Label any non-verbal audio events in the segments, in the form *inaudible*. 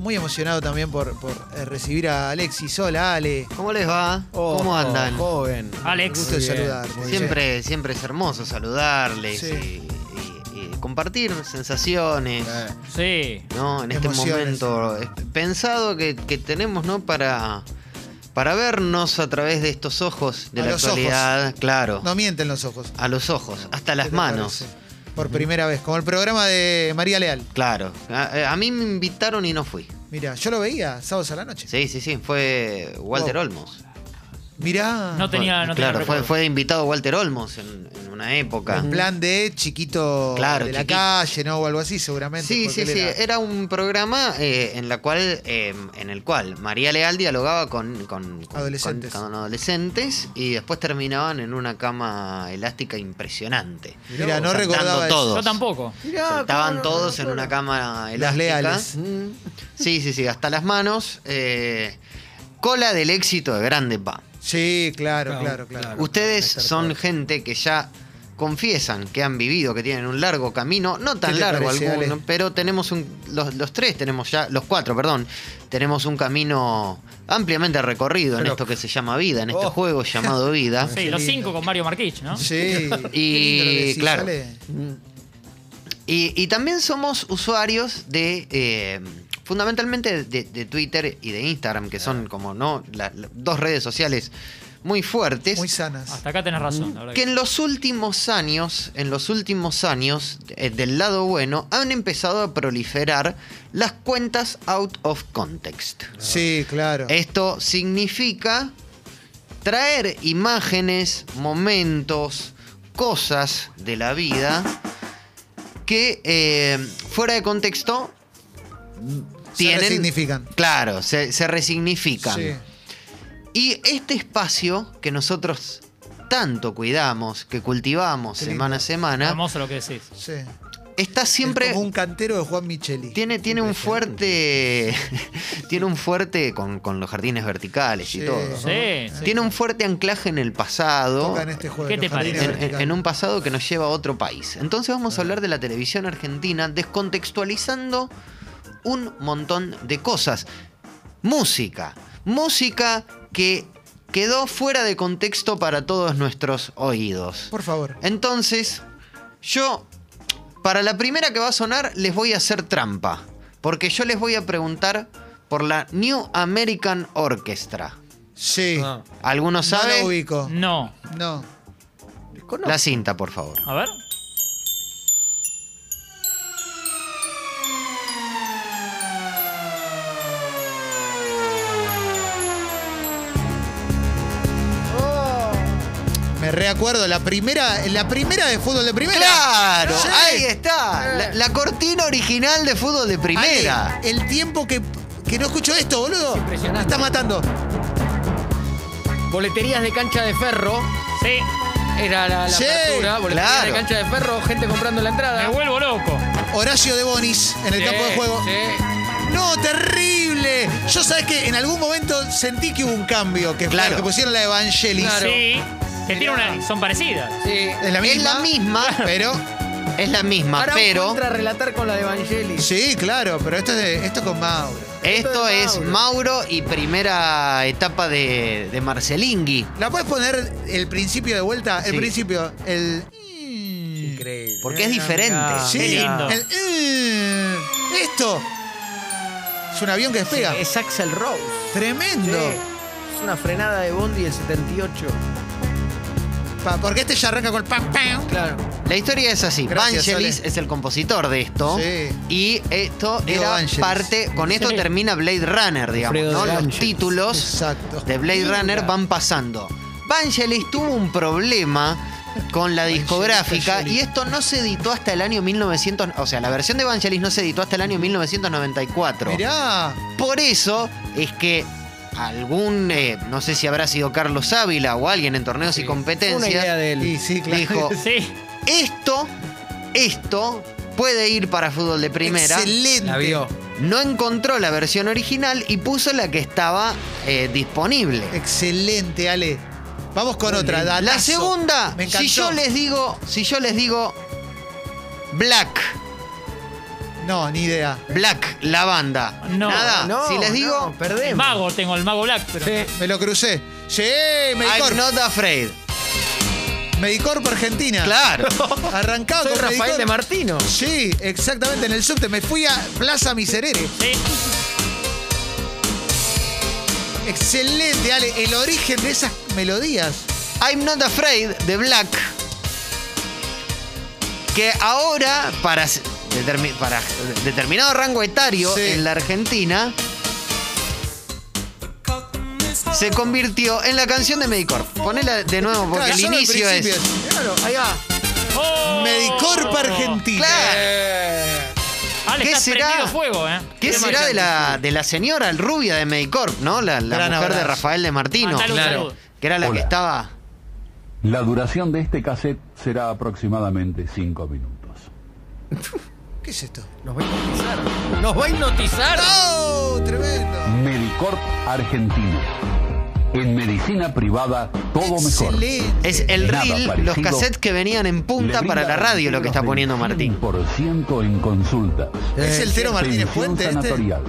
muy emocionado también por, por, eh, recibir a Alexis. Hola, Ale. ¿Cómo les va? Oh, ¿Cómo andan? Joven. Alex. Gusto de Muy bien. saludar. como dice. siempre, siempre es hermoso saludarles Sí. y, y- y compartir sensaciones. Eh, Sí. ¿no? En Emociones. este momento eh, pensado que, que tenemos, ¿no? Para, para vernos a través de estos ojos de A la los actualidad, claro. No mienten los ojos. A los ojos, hasta ¿Qué las te manos. parece? Por primera vez, como el programa de María Leal. Claro. A, eh, a mí me invitaron y no fui. Mira, yo lo veía sábados a la noche. Sí, sí, sí. Fue Walter Wow. Olmos. Mirá, No tenía, no tenía claro, fue, recuerdo. fue invitado Walter Olmos en, en una época. en plan de chiquito Claro, de la chiquito. calle, ¿no? O algo así, seguramente. Sí, porque sí, él sí. era- Era un programa eh, en, la cual, eh, en el cual María Leal dialogaba con, con- con- Adolescentes. con- con adolescentes y después terminaban en una cama elástica impresionante. Mira, no Saltando recordaba eso. todos. Yo tampoco. Mirá, Saltaban cómo no, todos en no, una no. cama Las elástica. leales. Mm. Sí, sí, sí, hasta las manos. eh, cola del éxito de Grande Pa. Sí, claro, claro, Claro, claro. claro. Ustedes Mr. son Pop. gente que ya confiesan que han vivido, que tienen un largo camino, no ¿Qué tan te largo parece, alguno, Ale? pero tenemos un, los, los tres tenemos ya, los cuatro, perdón, tenemos un camino ampliamente recorrido en Pero- esto que se llama vida, en este Oh. juego llamado vida. *laughs* Sí, los cinco con Mario Marquich, ¿no? Sí. Y, Qué lindo lo que decís, claro. Ale. Y, y también somos usuarios de. eh, fundamentalmente de, de Twitter y de Instagram, que son como no La- la- dos redes sociales muy fuertes. Muy sanas. Hasta acá tenés razón, la verdad. que que- en los últimos años, en los últimos años, eh, del lado bueno, han empezado a proliferar las cuentas out of context. Sí, claro. Esto significa traer imágenes, momentos, cosas de la vida que eh, fuera de contexto tienen... resignifican. Claro, se, se resignifican. Sí. Y este espacio que nosotros tanto cuidamos, que cultivamos Qué lindo. semana a semana, Hermoso lo que decís. sí. está siempre... Es como un cantero de Juan Micheli. Tiene, tiene un fuerte. *laughs* tiene un fuerte con, con los jardines verticales Sí. y todo. Sí, sí. Tiene un fuerte anclaje en el pasado. Toca en este juego. ¿Qué los te En, jardines parece? en- verticales. en un pasado que nos lleva a otro país. Entonces vamos a hablar de la televisión argentina descontextualizando un montón de cosas. Música. Música que quedó fuera de contexto para todos nuestros oídos. Por favor. Entonces, yo, para la primera que va a sonar, les voy a hacer trampa. Porque yo les voy a preguntar por la New American Orchestra. Sí. Ah. ¿Alguno No lo sabe? ubico. No. No. la cinta, por favor. A ver. Me reacuerdo. La primera, la primera de fútbol de primera. ¡Claro! Sí. Ahí está. La, la cortina original de fútbol de primera. Ale, el tiempo que, que no escucho esto, boludo. Me impresionante. está matando. Boleterías de cancha de ferro. Sí, Era la, la Sí, apertura. Boleterías claro. de cancha de ferro, gente comprando la entrada. me vuelvo loco. Horacio de Bonis en el Sí, campo de juego. sí. No, terrible. Yo sabes que en algún momento sentí que hubo un cambio, que, fue Claro. que pusieron la Evangelis. Claro. Sí, que tiene una, son parecidas. Sí. Es la misma. Es la misma, Pero. es la misma, Ahora pero contra relatar con la de Evangelis. Sí, claro, pero esto es de, esto es con Mauro. esto de es Mauro y primera etapa de, de Marcelinghi. ¿La puedes poner el principio de vuelta? El Sí. principio. El. Increíble. Porque es Ah, diferente. Sí, Qué lindo. el- eh, Esto. Es un avión que despega. Es Axel Rose. Tremendo. Sí. Es una frenada de Bondi del 78. Pa- porque este ya arranca con el pam pam. Claro. La historia es así. Gracias, Vangelis Ale. es el compositor de esto. Sí. Y esto Diego era Vangelis. parte. Con esto Sí. termina Blade Runner, digamos. Alfredo ¿no? de Los Vangelis. títulos Exacto. de Blade Runner van pasando. Vangelis tuvo un problema con la Vangelis, discográfica Vangelis. y esto no se editó hasta el año 1900. O sea, la versión de Vangelis no se editó hasta el año 1994. Mirá. Por eso es que algún, eh, no sé si habrá sido Carlos Ávila o alguien en torneos y Fue competencias, una idea de él. Y sí, claro. dijo, Sí, esto, esto puede ir para fútbol de primera. Excelente. La vio. No encontró la versión original y puso la que estaba eh, disponible. Excelente, Ale. Vamos con otra. datazo. La segunda, Me encantó. si yo les digo, si yo les digo Black, No, ni idea. Black, la banda. No. Nada. No, ah, si les digo, no, El perdemos. mago tengo, el mago black, pero. Me lo crucé. Sí, Medicorp. I'm not afraid. Medicorp Argentina. *laughs* Claro. Arrancado Soy con Rafael Medicorp. de Martino. Sí, exactamente, en el subte. Me fui a Plaza Miserere. Sí. Excelente, Ale. El origen de esas melodías. I'm Not Afraid de Black. Que ahora, para, s- determi- para determinado rango etario Sí. en la Argentina, se convirtió en la canción de Medicorp. Ponela de nuevo, porque Claro, el solo inicio es. principio Claro, ahí va. ¡Oh! Medicorp Argentina. Claro. Ale, ¿Qué estás será? prendido fuego, ¿eh? ¿Qué Tema será de la, yanqui. de la señora rubia de Medicorp, no? La, la Gran mujer de abrazo. Rafael de Martino. Mandale un claro. saludo. Que era la que Hola. estaba. La duración de este cassette será aproximadamente 5 minutos. ¿Qué es esto? Nos va a hipnotizar. Nos va a hipnotizar. ¡Oh! Tremendo. Medicorp Argentina. En medicina privada todo mejor. Excelente. Es el Eh, Nada reel, los parecido. cassettes que venían en punta para la radio, lo que está poniendo Martín. Por ciento en consultas. ¿Es el Tero Martínez Atención Fuente este? sanatorial,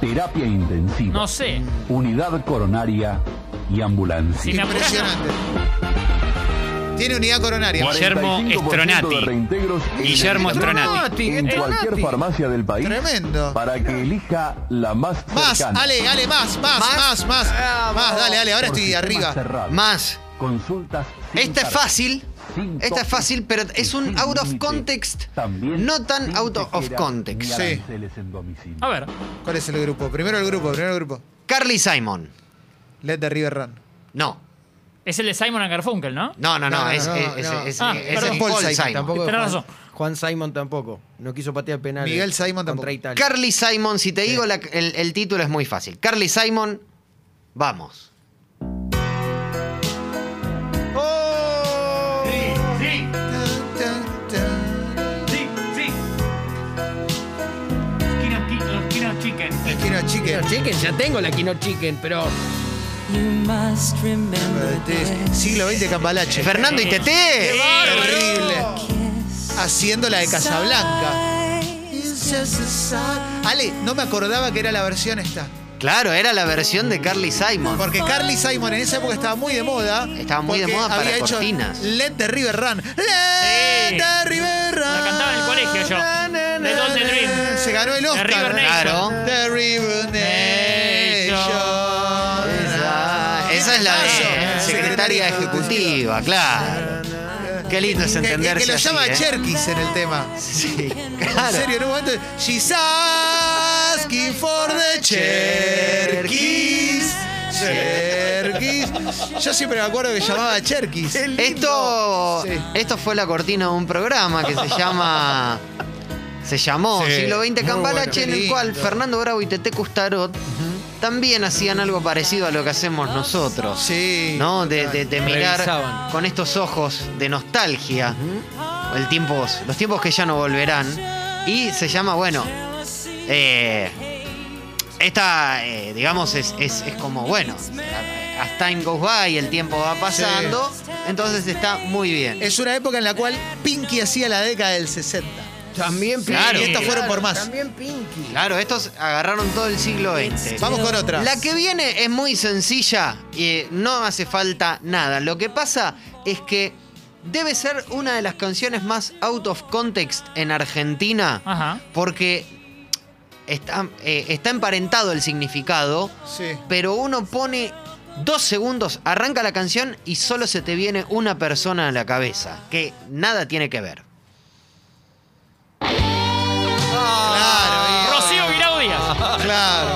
terapia intensiva, No sé. unidad coronaria y ambulancia. Si me apurás, Impresionante. Tiene unidad coronaria. Guay. Guillermo 45% Stronati. de reintegros en Guillermo el- Stronati. En cualquier Stronati. farmacia del país. Tremendo. Para que elija la más Más, cercana. Ale, Ale, más, más, más, más. Ah, Vamos. Más, dale, Ale, ahora Por estoy sistemas arriba. cerrados. Más. Consultas. sin Esta es cargo, fácil. sin Esta es tope fácil, pero y es un sin out of límite. context. También No tan sin out of tejeras context. ni Sí. aranceles en domicilio. A ver. ¿Cuál es el grupo? Primero el grupo, primero el grupo. Carly Simon. Let the River Run. No. Es el de Simon and Garfunkel, ¿no? No, no, no. No, Es no, es- es- no. es- Ah, es- perdón. es Paul Paul Simon, Simon. Tampoco Tenés Juan, razón. Juan Simon tampoco. No quiso patear penal. Miguel Simon tampoco. Contra Italia. Carly Simon, si te digo la- el, el título es muy fácil. Carly Simon, vamos. Tan, tan, tan. Esquina chicken. Quino Chicken, ya tengo la Quino Chicken, pero. You must remember Este, Siglo XX Cambalache. Fernando y Tete. Terrible. kiss Haciendo la de Casablanca. Sighs Ale, no me acordaba que era la versión esta. Claro, era la versión de Carly Simon. Porque Carly Simon en esa época estaba muy de moda. Estaba muy de porque moda para había hecho cortinas. Let the River Run. Let Sí. the River Run. La cantaba en el colegio yo. The Don't the Dream. Eh, Se ganó el The Oscar. River Nation. Claro. The River Nation. Esa, esa es la de Paso. secretaria ejecutiva, claro. Qué lindo es Que, que, entenderse que lo así, llama ¿eh? Cherkis en el tema. Sí, En claro. serio, en un momento. She's asking for the Cherkis. Cherkis. Yo siempre me acuerdo que llamaba Cherkis. Esto, Sí. esto fue la cortina de un programa que se llama. Se llamó Sí, Siglo XX muy bueno. Cambalache, en el Lindo. cual Fernando Bravo y Tete Custarot también hacían algo parecido a lo que hacemos nosotros. Sí. ¿no? De, de- de mirar Revisaban. con estos ojos de nostalgia el tiempos, los tiempos que ya no volverán. Y se llama, bueno, eh, esta, eh, digamos, es, es- es como, bueno, as time goes by, el tiempo va pasando, entonces está muy bien. Es una época en la cual Pinky hacía la década del 60. También Pinky. Claro. Y estas fueron por más. También Pinky. Claro, estos agarraron todo el siglo XX. Vamos con otra. La que viene es muy sencilla y no hace falta nada. Lo que pasa es que debe ser una de las canciones más out of context en Argentina Ajá. porque está, eh, está emparentado el significado, Sí. pero uno pone dos segundos, arranca la canción y solo se te viene una persona a la cabeza que nada tiene que ver. Claro, Rocío Virao Díaz. claro. claro.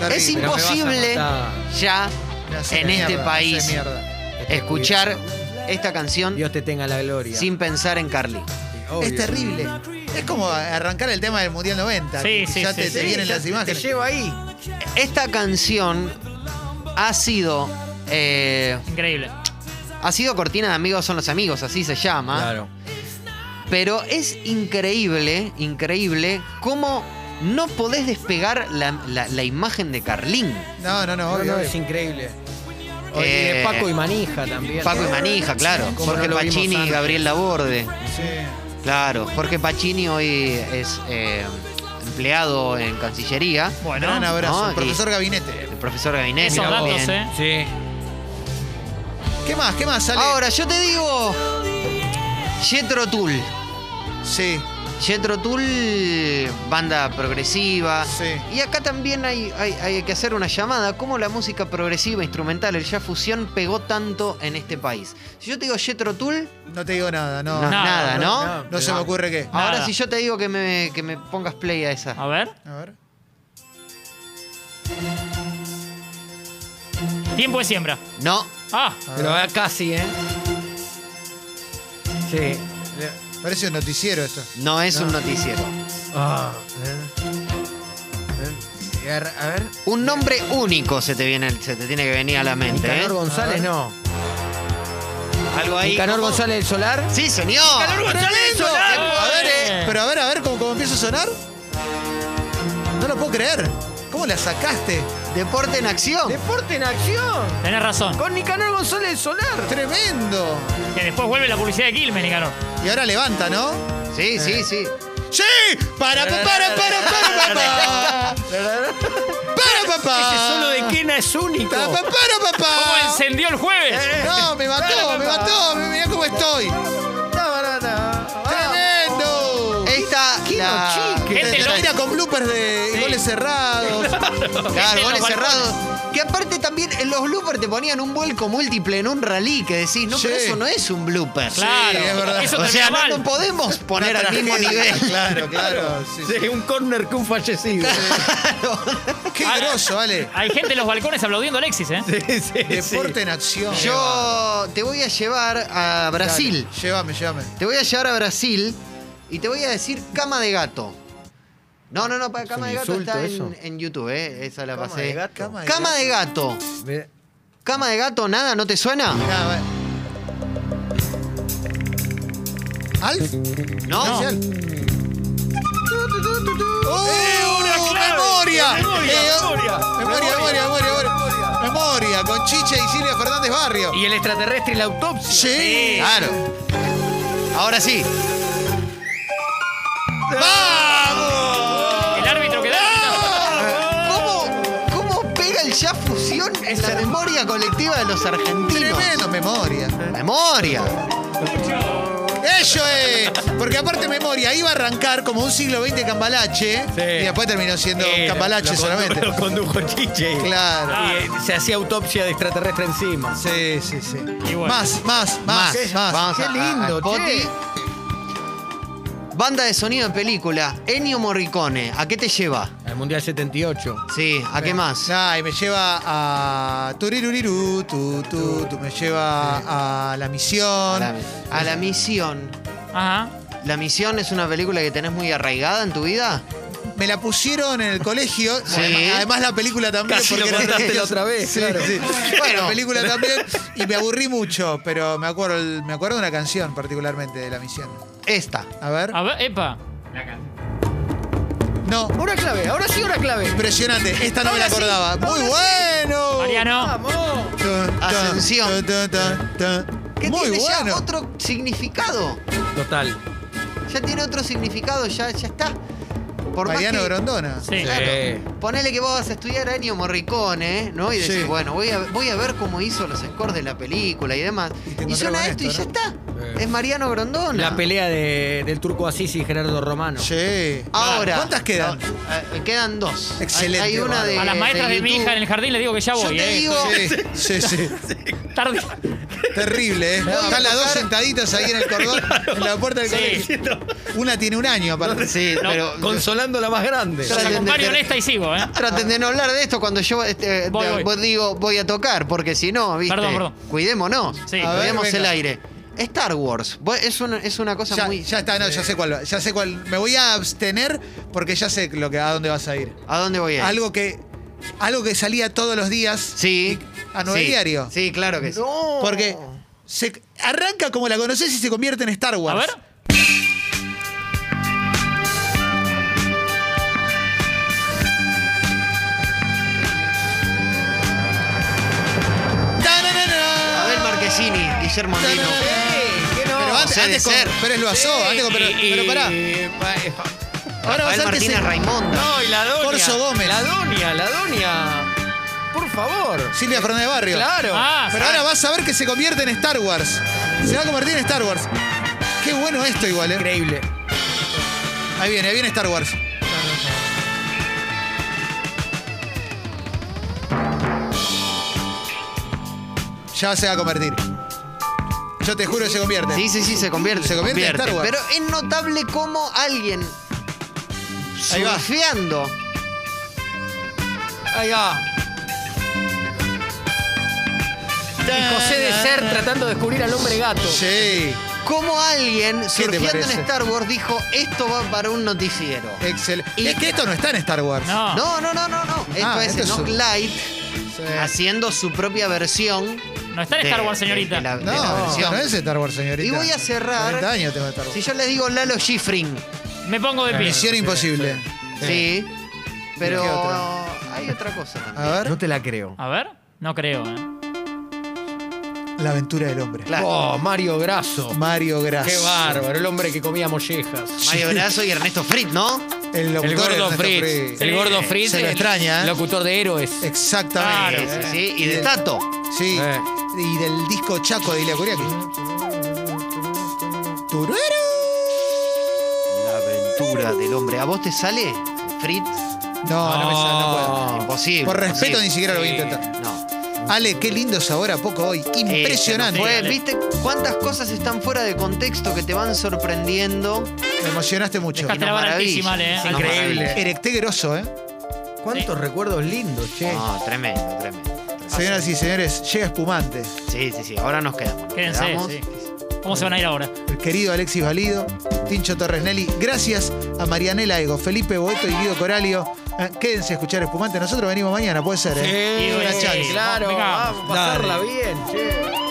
Terrible. Es me vas a imposible matar. ya Me hace en mierda, este me hace país mierda. escuchar esta canción Dios te tenga la gloria. sin pensar en Carly. Obvio. Es terrible. Es como arrancar el tema del Mundial 90. Sí, sí, ya sí, te, sí. te vienen ya las Te imágenes. llevo ahí. Esta canción ha sido eh, Increíble. ha sido cortina de amigos son los amigos, así se llama. Pero es increíble, increíble cómo no podés despegar la, la- la imagen de Carlín. No, no, no, No, obvio. no, obvio. es increíble. O- y Eh, de Paco y Manija también. Paco y Manija, claro. ¿Cómo Jorge no lo vimos Pacini y antes? Gabriel Laborde. Sí. Claro, Jorge Pacini hoy es eh, empleado en Cancillería. Bueno, Gran abrazo. No, El profesor Gabinete. El profesor Gabinete. esos también. datos, ¿eh? Sí. ¿Qué más? ¿Qué más sale? Ahora, yo te digo. Jethro Tull. Sí. Jethro Tull, banda progresiva. Sí. Y acá también hay, hay- hay que hacer una llamada. ¿Cómo la música progresiva, instrumental, el jazz fusión pegó tanto en este país? Si yo te digo Jethro Tull, No te digo nada, no. no, No, nada, ¿no? no. se me ocurre qué. Ah. Ahora Nada. si yo te digo que me, que me pongas play a esa. A ver. A ver. Tiempo de siembra. No, Ah, Pero va casi, ¿eh? Sí. Parece un noticiero esto. no es un noticiero. Ah, ¿eh? ¿Eh? Y agarra- A ver. Un nombre único se te viene, se te tiene que venir a la mente. ¿eh? Nicanor González, no. Algo ahí. Nicanor como- González del Solar. Sí, señor. ¡Tremendo! A ver, eh, Eh. pero a ver, a ver cómo, cómo empieza a sonar. No lo puedo creer. ¿Cómo la sacaste? Deporte en acción. Deporte en acción. tenés razón. Con Nicanor González del Solar. Tremendo. Que después vuelve la publicidad de Quilmes, Nicanor. Y ahora levanta, ¿no? Sí, sí, sí. ¡Sí! ¡Para, pa, para, para, para, papá! ¡Para, papá! Ese solo de Kena es único. ¡Para, pa, para, ¿Cómo papá! encendió el jueves? No, me mató, me mató. Mirá cómo estoy. ¡Tremendo! Esta la, Te- Gente te loca. tira con bloopers de goles cerrados. *laughs* Claro, Viste goles los balcones. cerrados. Que aparte también en los bloopers te ponían un vuelco múltiple en un rally que decís, no, Sí. pero eso no es un blooper. Claro. es verdad. Eso O sea, termina no, mal. no podemos poner Una al mismo tragedia. nivel. *laughs* Claro, claro. sí, sí. un corner que un fallecido. *laughs* Qué Ah. groso, vale. Hay gente en los balcones aplaudiendo a Alexis, ¿eh? Deporte en acción. Yo te voy a llevar a Brasil. Dale, Llévame, llévame. Te voy a llevar a Brasil y te voy a decir cama de gato. No, no, no, para cama un de gato insulto está eso. en, en YouTube, ¿eh? Esa la Cama pasé. de gato. Cama de Cama de gato. Mira, Cama de gato, nada, ¿no te suena? Mirá, va. ¿Alf? No. ¿Es Alf? ¡Oh! ¡Memoria! Eh, oh, memoria. Memoria, memoria, memoria, memoria. Memoria, con Chicha y Silvia Fernández Barrio. Y el extraterrestre y la autopsia. Sí. Ah, Claro. Ahora sí. El árbitro que da. ¿Cómo, cómo pega el ya fusión en la memoria colectiva de los argentinos? Tremendo memoria. Memoria. Eso es. Porque aparte memoria iba a arrancar como un siglo XX cambalache Sí. y después terminó siendo Eh, un lo- cambalache lo condu- solamente. *laughs* Lo condujo Chiche. Claro. Y, eh, se hacía autopsia de extraterrestre encima. Sí, sí, sí. Y bueno. Más, más, más, más. Vamos Qué a- a- lindo, a Spotify. che. Banda de sonido de película, Ennio Morricone. ¿A qué te lleva? Al *laughs* Mundial 78. Sí, ¿a qué más? Nah, y me lleva a Turiruriru, tu, tu, tu, me lleva a La A Misión. la, a la misión. Ajá. ¿La misión es una película que tenés muy arraigada en tu vida? Me la pusieron en el colegio. Sí. Además, además la película también. Casi lo era- contaste la otra vez, Sí, claro. *laughs* sí. Bueno, la película también. Y me aburrí mucho, pero me acuerdo, el- me acuerdo de una canción particularmente de La Misión. Esta. A ver. A ver, epa. No, Ahora clave, ahora sí, ahora clave. impresionante. Esta no me la Ahora sí, acordaba. Muy bueno. Mariano. ¡Vamos! Tun, tun, Ascensión. tun, tun, tun. Que Muy tiene ya bueno. otro significado. Total. Ya tiene otro significado, ya, ya está. Por más Mariano que- Grondona. Sí. Claro. Eh. Ponele que vos vas a estudiar a Ennio Morricone, ¿eh? ¿no? Y decís, Sí. bueno, voy a, voy a ver cómo hizo los scores de la película y demás. te Y, encontrás suena con esto, esto, y ya Eh. está. Es Mariano Grondona. La pelea de- del turco Asís y Gerardo Romano. Sí. Ahora. ¿Cuántas quedan? No, eh, quedan dos. Excelente, Hay, hay una bárbaro. de. A las maestras de, mi YouTube. hija en el jardín le digo que ya Yo voy, te ¿eh? digo- Sí, sí, *laughs* sí. Tarde. Terrible, ¿eh? a Están las dos tocar- sentaditas ahí en el *laughs* cordón, en la puerta del Sí. colegio. Una tiene un año aparte. Sí, No, pero. Consolando la más grande. Los acompaño en esta y sigo, ¿eh? *laughs* Traten de no hablar de esto cuando yo este, Voy, de- voy. vos digo voy a tocar, porque si no, ¿viste? Perdón, perdón. Cuidémonos. Sí. A ver, cuidemos el venga. aire. Star Wars. vos- Es una, es una cosa Ya, muy. ya está, no, ya sé cuál va, ya sé cuál. Me voy a abstener porque ya sé lo que, a dónde vas a ir. ¿A dónde voy a ir? Algo que, algo que salía todos los días. Sí. A nueve sí, diario. Sí, claro que sí. Porque Oh. se arranca como la conoces y se convierte en Star A Wars. ver. ¡Tananana! Abel Marquesini, Guillermo Andino. ¡Tananana! Sí, que no. Pero Pero antes, José de antes con Ser. Pérez lo asó, Sí, antes con Pérez. y- Pero pará. y- pa- eh, pa- Ahora vas Rafael a ver que Martínez se- Raimonda. No, y la doña. Corso Gómez. La doña, la doña. Por favor. Silvia Fernández Barrio. Claro. Ah, Pero ahora vas a ver que se convierte en Star Wars. Se va a convertir en Star Wars. Qué bueno esto igual, ¿eh? Increíble. Ahí viene, ahí viene Star Wars. Ya se va a convertir. Yo te juro que se convierte. Sí, sí, sí, se convierte. Se convierte en Star Wars. Pero es notable cómo alguien Ahí va. surfeando. Ahí va. Y José de Ser tratando de descubrir al hombre gato. Sí, Cómo alguien surfeando en parece? Eh, Star Wars dijo, esto va para un noticiero. excelente. Y- Es que esto no está en Star Wars. No. No, no, no, no, no. Esto Ah, es esto es Eh. Enoch un- Light Sí. haciendo su propia versión. No está en de- Star Wars, señorita. de la- de No, la versión. no es Star Wars, señorita. Y voy a cerrar- 40 años tengo de Star Wars. Si yo les digo Lalo Eh. Schifrin, Me pongo de pie. Misión imposible. sí. Pero ¿Y qué otro? hay otra cosa también. Eh, A ver. No te la creo. A ver. No creo, ¿eh? La aventura del hombre. Claro. Oh, Mario Grasso. Mario Gras. Qué bárbaro, el hombre que comía mollejas. Mario Brazo y Ernesto Fritz, ¿no? El, El locutor gordo Ernesto Fritz. Fritz. El gordo Fritz. Se lo el extraña, ¿eh? Locutor de héroes. Exactamente. Sí, sí, sí. Y de Tato. Sí. Eh. Y del disco Chaco de Ilia Curiaki. Turuero. La aventura del hombre. ¿A vos te sale Fritz? No, no me sale, no puedo. No. Imposible. Por respeto imposible. ni siquiera lo voy a intentar. No. Ale, qué lindo sabor a poco hoy. Impresionante. Impresionante. dale. ¿Viste cuántas cosas están fuera de contexto que te van sorprendiendo? Me emocionaste mucho. Dejaste la Una vara altísima, maravilla. Ale, ¿eh? Sí, Increíble. maravilla. Erecté grosso, ¿eh? Ah, Cuántos recuerdos lindos, che. No, tremendo, tremendo. Señoras y señores, llega espumante. Sí, sí, sí. Ahora nos quedamos. nos Quédense, quedamos. sí. ¿Cómo se van a ir ahora? El querido Alexis Valido, Tincho Torres Nelly. Gracias a Marianela Ego, Felipe Boeto y Guido Coralio. Eh, Quédense a escuchar espumante. Nosotros venimos mañana, puede ser, ¿eh? Sí, Y bueno, claro, venga. vamos a pasarla bien, che.